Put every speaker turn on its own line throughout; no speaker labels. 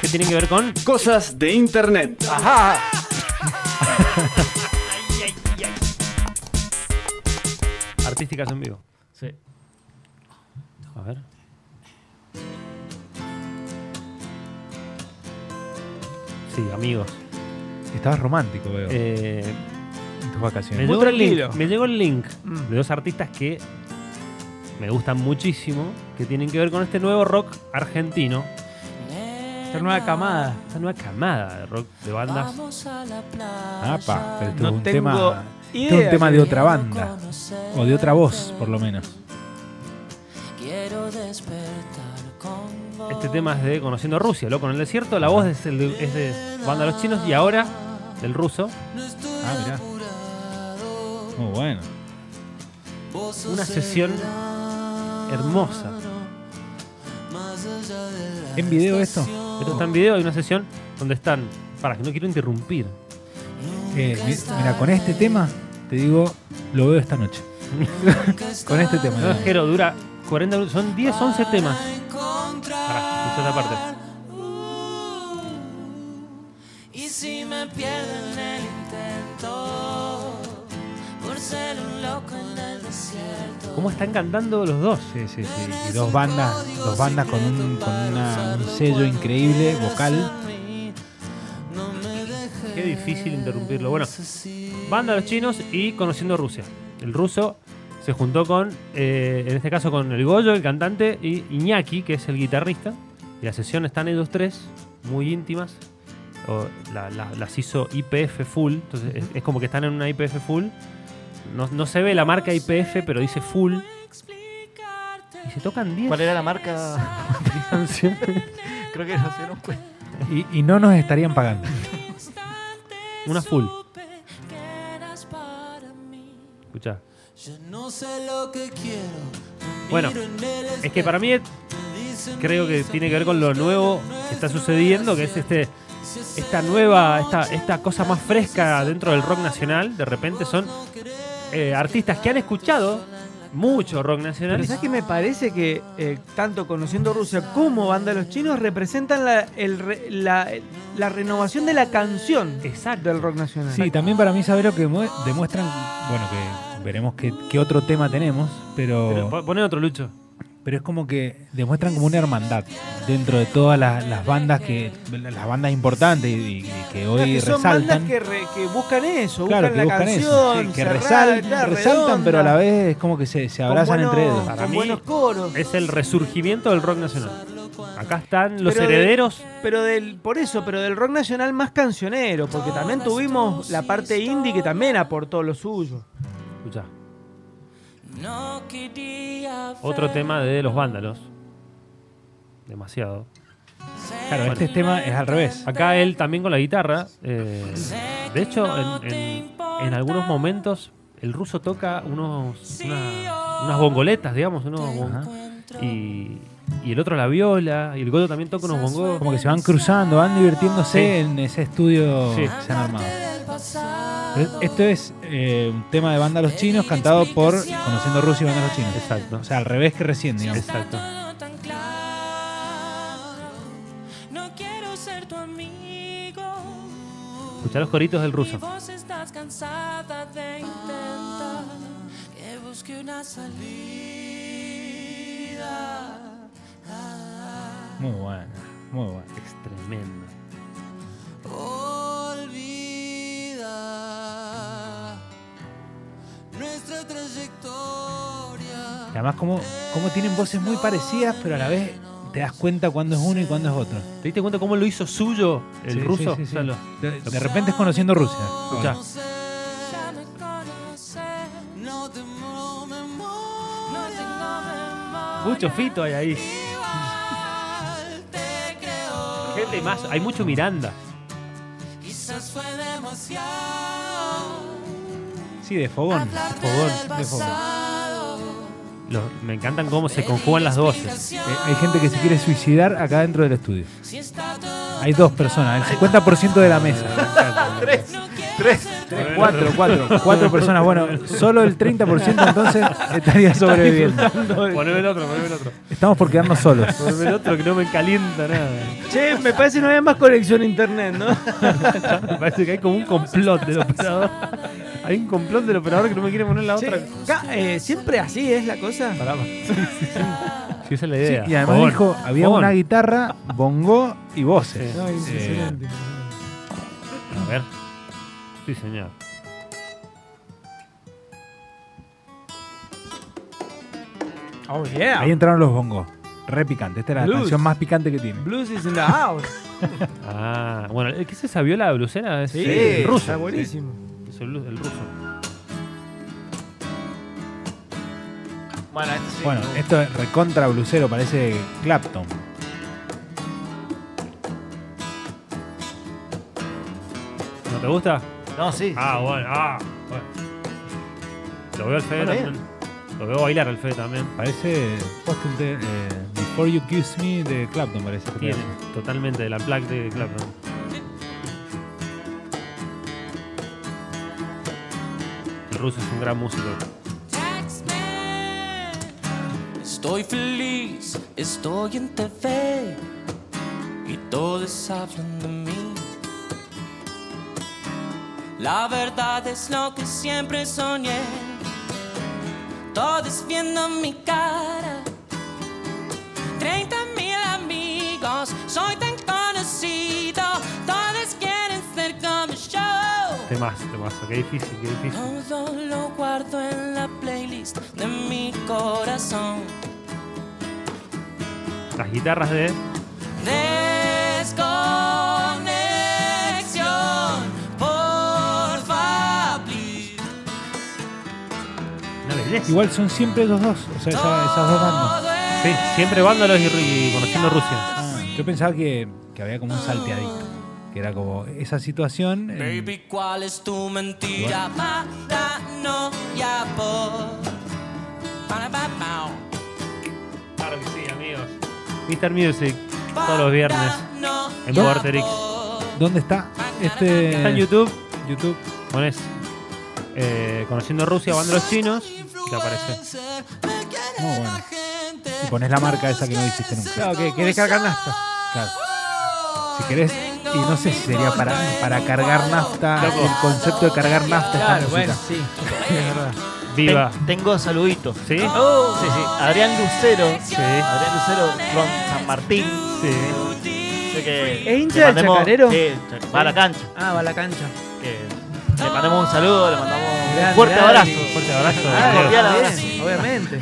que tienen que ver con.
Cosas de internet. Ajá.
Artísticas en vivo.
Sí.
A ver. Sí, amigos.
Estabas romántico, veo,
Eh,
en tus
me,
vacaciones.
Muy
llegó el link,
tranquilo.
me llegó el link
Mm.
de dos artistas que me gustan muchísimo, que tienen que ver con este nuevo rock argentino,
Esta nueva camada.
esta nueva camada de rock de bandas.
Apa, pero esto
No
es un
tengo
tema,
idea,
esto es un tema de
sí.
otra banda. O de otra voz, por lo menos.
Quiero despertar con vos.
Este tema es de Conociendo Rusia, loco en el desierto, la voz es, el de, es de banda de los chinos y ahora del ruso.
Ah, mirá. Muy bueno.
Una sesión hermosa.
¿En video esto?
Esto está en video, hay una sesión donde están. Para que no quiero interrumpir.
Eh, mi- mira, con este tema, te digo, lo veo esta noche. con este tema.
No
digamos.
Jero, dura 40 minutos, son 10, 11 temas. Pará, escuchá esta parte.
Y si me pierdo en el intento por ser un loco en el desierto.
¿Cómo están cantando los dos? eh?
Sí, sí, sí. Y dos bandas, dos bandas con un, con una- un sello increíble, vocal.
Qué difícil interrumpirlo. Bueno, banda de los chinos y conociendo Rusia. El ruso se juntó con, eh, en este caso, con el Goyo, el cantante, y Iñaki, que es el guitarrista. Y la sesión están ellos tres, muy íntimas. O la- la- las hizo IPF Full, entonces es, es como que están en una IPF Full. No, no se ve la marca IPF, pero dice Full. Y se tocan 10
¿Cuál era la marca?
canciones.
Creo que no se dieron cuenta.
Y, y no nos estarían pagando.
Una full.
Supe que eras para mí.
Escuchá.
Yo no sé lo que quiero. me
Bueno,
miro en el
Es que para mí es-
espejo,
creo que tiene que ver con lo nuevo que está sucediendo, que es este esta nueva, esta, esta cosa más fresca dentro del rock nacional. De repente son eh, artistas que han escuchado mucho rock
Pero
nacional.
¿sabes que me parece que eh, tanto conociendo Rusia como banda de los chinos representan la, el re- la- la renovación de la canción
Exacto.
del rock nacional?
Sí, también para mí saber lo que mue- demuestran, bueno, que veremos qué, qué otro tema tenemos,
Pero
pero,
po- Poné otro lucho.
pero es como que demuestran como una hermandad dentro de todas las, las bandas que las bandas importantes y, y que
Claro,
hoy
que son bandas
resaltan.
que, re- que buscan eso,
Claro, que
buscan la
buscan
canción,
eso, sí, que
cerrada,
resal-
claro,
resaltan, pero a la
redonda,
vez es como que se, se
con
abrazan
buenos-
entre ellos.
Para
con
mí-
buenos coros.
Es el resurgimiento del rock nacional. Acá están los
Pero de-
herederos.
Pero del, por eso, pero del rock nacional más cancionero, porque también tuvimos la parte indie que también aportó lo suyo.
Escuchá,
No quería
otro tema de los vándalos. Demasiado.
Claro, este tema es al revés.
Acá él también con la guitarra. eh, de hecho, en, en- en algunos momentos el ruso toca unos, una- unas bongoletas, digamos, unos bongos. y, y el otro la viola, y el goto también toca unos bongos.
Como que se van cruzando, van divirtiéndose
Sí.
en ese estudio
Sí.
que se han armado. Pero esto es eh, un tema de Banda Los Chinos cantado por Conociendo Rusia y Banda Los Chinos.
Exacto.
O sea, al revés que recién, digamos.
Exacto.
todo tan claro. No quiero ser tu amigo.
Escuchar los coritos del ruso.
Vos estás cansada de intentar que busque una salida.
Muy bueno, muy bueno.
Es tremendo.
Olvida nuestra
Y
trayectoria.
además, como, como tienen voces muy parecidas, pero a la vez te das cuenta cuándo es uno y cuándo es otro.
¿Te diste cuenta cómo lo hizo suyo el
Sí,
ruso?
sí, sí, sí.
O sea, lo-
De, de repente es Conociendo Rusia.
escuchá.
Ya me conoces. No te no No tengo memoria.
Mucho fito hay ahí.
Igual te creo.
Gente más. Hay mucho Miranda.
Quizás fue demasiado.
Sí, de fogón. De fogón, de fogón.
Los- me encantan cómo se conjugan las voces.
Eh, hay gente que se quiere suicidar acá dentro del estudio. Hay dos personas, el 50% de la mesa.
Exacto.
Tres.
Cuatro, cuatro, cuatro personas. Bueno, solo el 30% entonces estaría sobreviviendo.
Poneme el otro, poneme el otro.
Estamos por quedarnos solos.
Poneme el otro que no me calienta nada.
Che, me parece que no había más conexión a internet, ¿no?
Me parece que hay como un complot del operador. Hay un complot del operador que no me quiere poner la
Che,
otra.
ca- eh, siempre así es la cosa.
Pará, pa. Sí, sí, sí. Sí, esa es la
Sí,
idea.
y además
Por
dijo,
favor.
había
Por
una
favor.
guitarra, bongo y voces.
Sí.
No, impresionante.
A ver. Sí, señor.
Oh, yeah.
Ahí entraron los bongos. Re picante. Esta era la
Blues.
canción más picante que tiene.
Blues is in the house.
Ah, bueno, ¿qué es esa viola blusera? Es
Sí,
el ruso.
Está buenísimo.
Es el, el ruso.
Bueno, esto sí.
Bueno, esto es recontra blusero, parece Clapton.
¿No te gusta?
No, sí.
Ah, bueno, ah, bueno. Lo veo al Fede
Bueno,
también. Lo veo bailar al Fede también.
Parece Boston de, eh, Before You Kiss Me de Clapton, parece. este
Tiene
pedazo.
totalmente de la plaque de Clapton. El ruso es un gran músico.
Estoy feliz, estoy en TV y todos hablan de mí. La verdad es lo que siempre soñé. Todos viendo mi cara. 30 mil amigos, soy tan conocido. Todos quieren ser como yo.
Temas, temas. Qué difícil, qué difícil.
Todo lo guardo en la playlist de mi corazón.
Las guitarras de.
Desconexión, porfa, please.
Una belleza.
Igual son siempre los dos, o sea, esa- esas dos bandas.
Todo es
Sí, siempre vándalos y, y conociendo Rusia.
Ah, Yo pensaba que, que había como un salteadito, que era como esa situación. eh,
Baby, ¿cuál es tu mentira? Para no ya por. Para pa, pao.
Claro que sí, amigos. Mr. Music, todos los viernes.
Para no
en
ya
Vorterix.
por.
¿Dónde está este?
Está en YouTube,
YouTube.
pones eh, Conociendo Rusia, Banda de los Chinos, y te aparece.
Muy bueno. Y pones la marca esa que no dijiste nunca.
Claro, que querés cargar nafta.
Claro. Si querés, y no sé si sería para, para cargar nafta,
Loco.
el concepto de cargar nafta. esta
Claro,
música.
bueno, sí. Es verdad.
Viva.
Ten- tengo saluditos.
¿Sí?
Sí, sí. Adrián Lucero.
Sí.
Adrián Lucero from San Martín.
Sí.
Dice que
¿Es hincha
le
del
mandemos-
Chacarero?
eh,
Sí, Chac- va a la cancha.
Ah, va a la cancha.
Que le mandamos un saludo, le mandamos
Grande,
un fuerte
Adri.
abrazo.
Fuerte abrazo.
Ah,
Diego.
bien.
Bien, obviamente.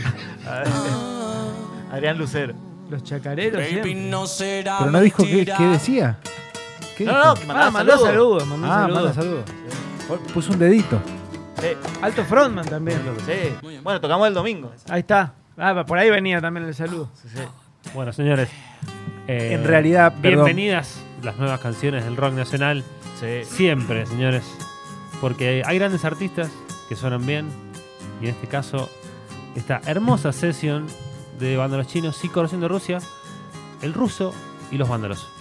Adrián Lucero.
Los chacareros
Baby,
siempre.
no será
Pero no dijo qué,
mentira.
qué decía. ¿Qué
No,
dijo?
no, que mandaba
Ah, mandó
saludos.
saludos, mandó
Ah,
saludos.
manda saludos. Puso un dedito.
Alto frontman también.
Sí, sí. Bueno, tocamos el domingo.
Ahí está. Ah, por ahí venía también el saludo.
Sí, sí.
Bueno, señores. eh,
En realidad, perdón.
bienvenidas las nuevas canciones del rock nacional.
Sí.
Siempre, señores. Porque hay grandes artistas que suenan bien. Y en este caso, esta hermosa sesión de Vándalos Chinos, sí, conociendo Rusia, el ruso y los vándalos.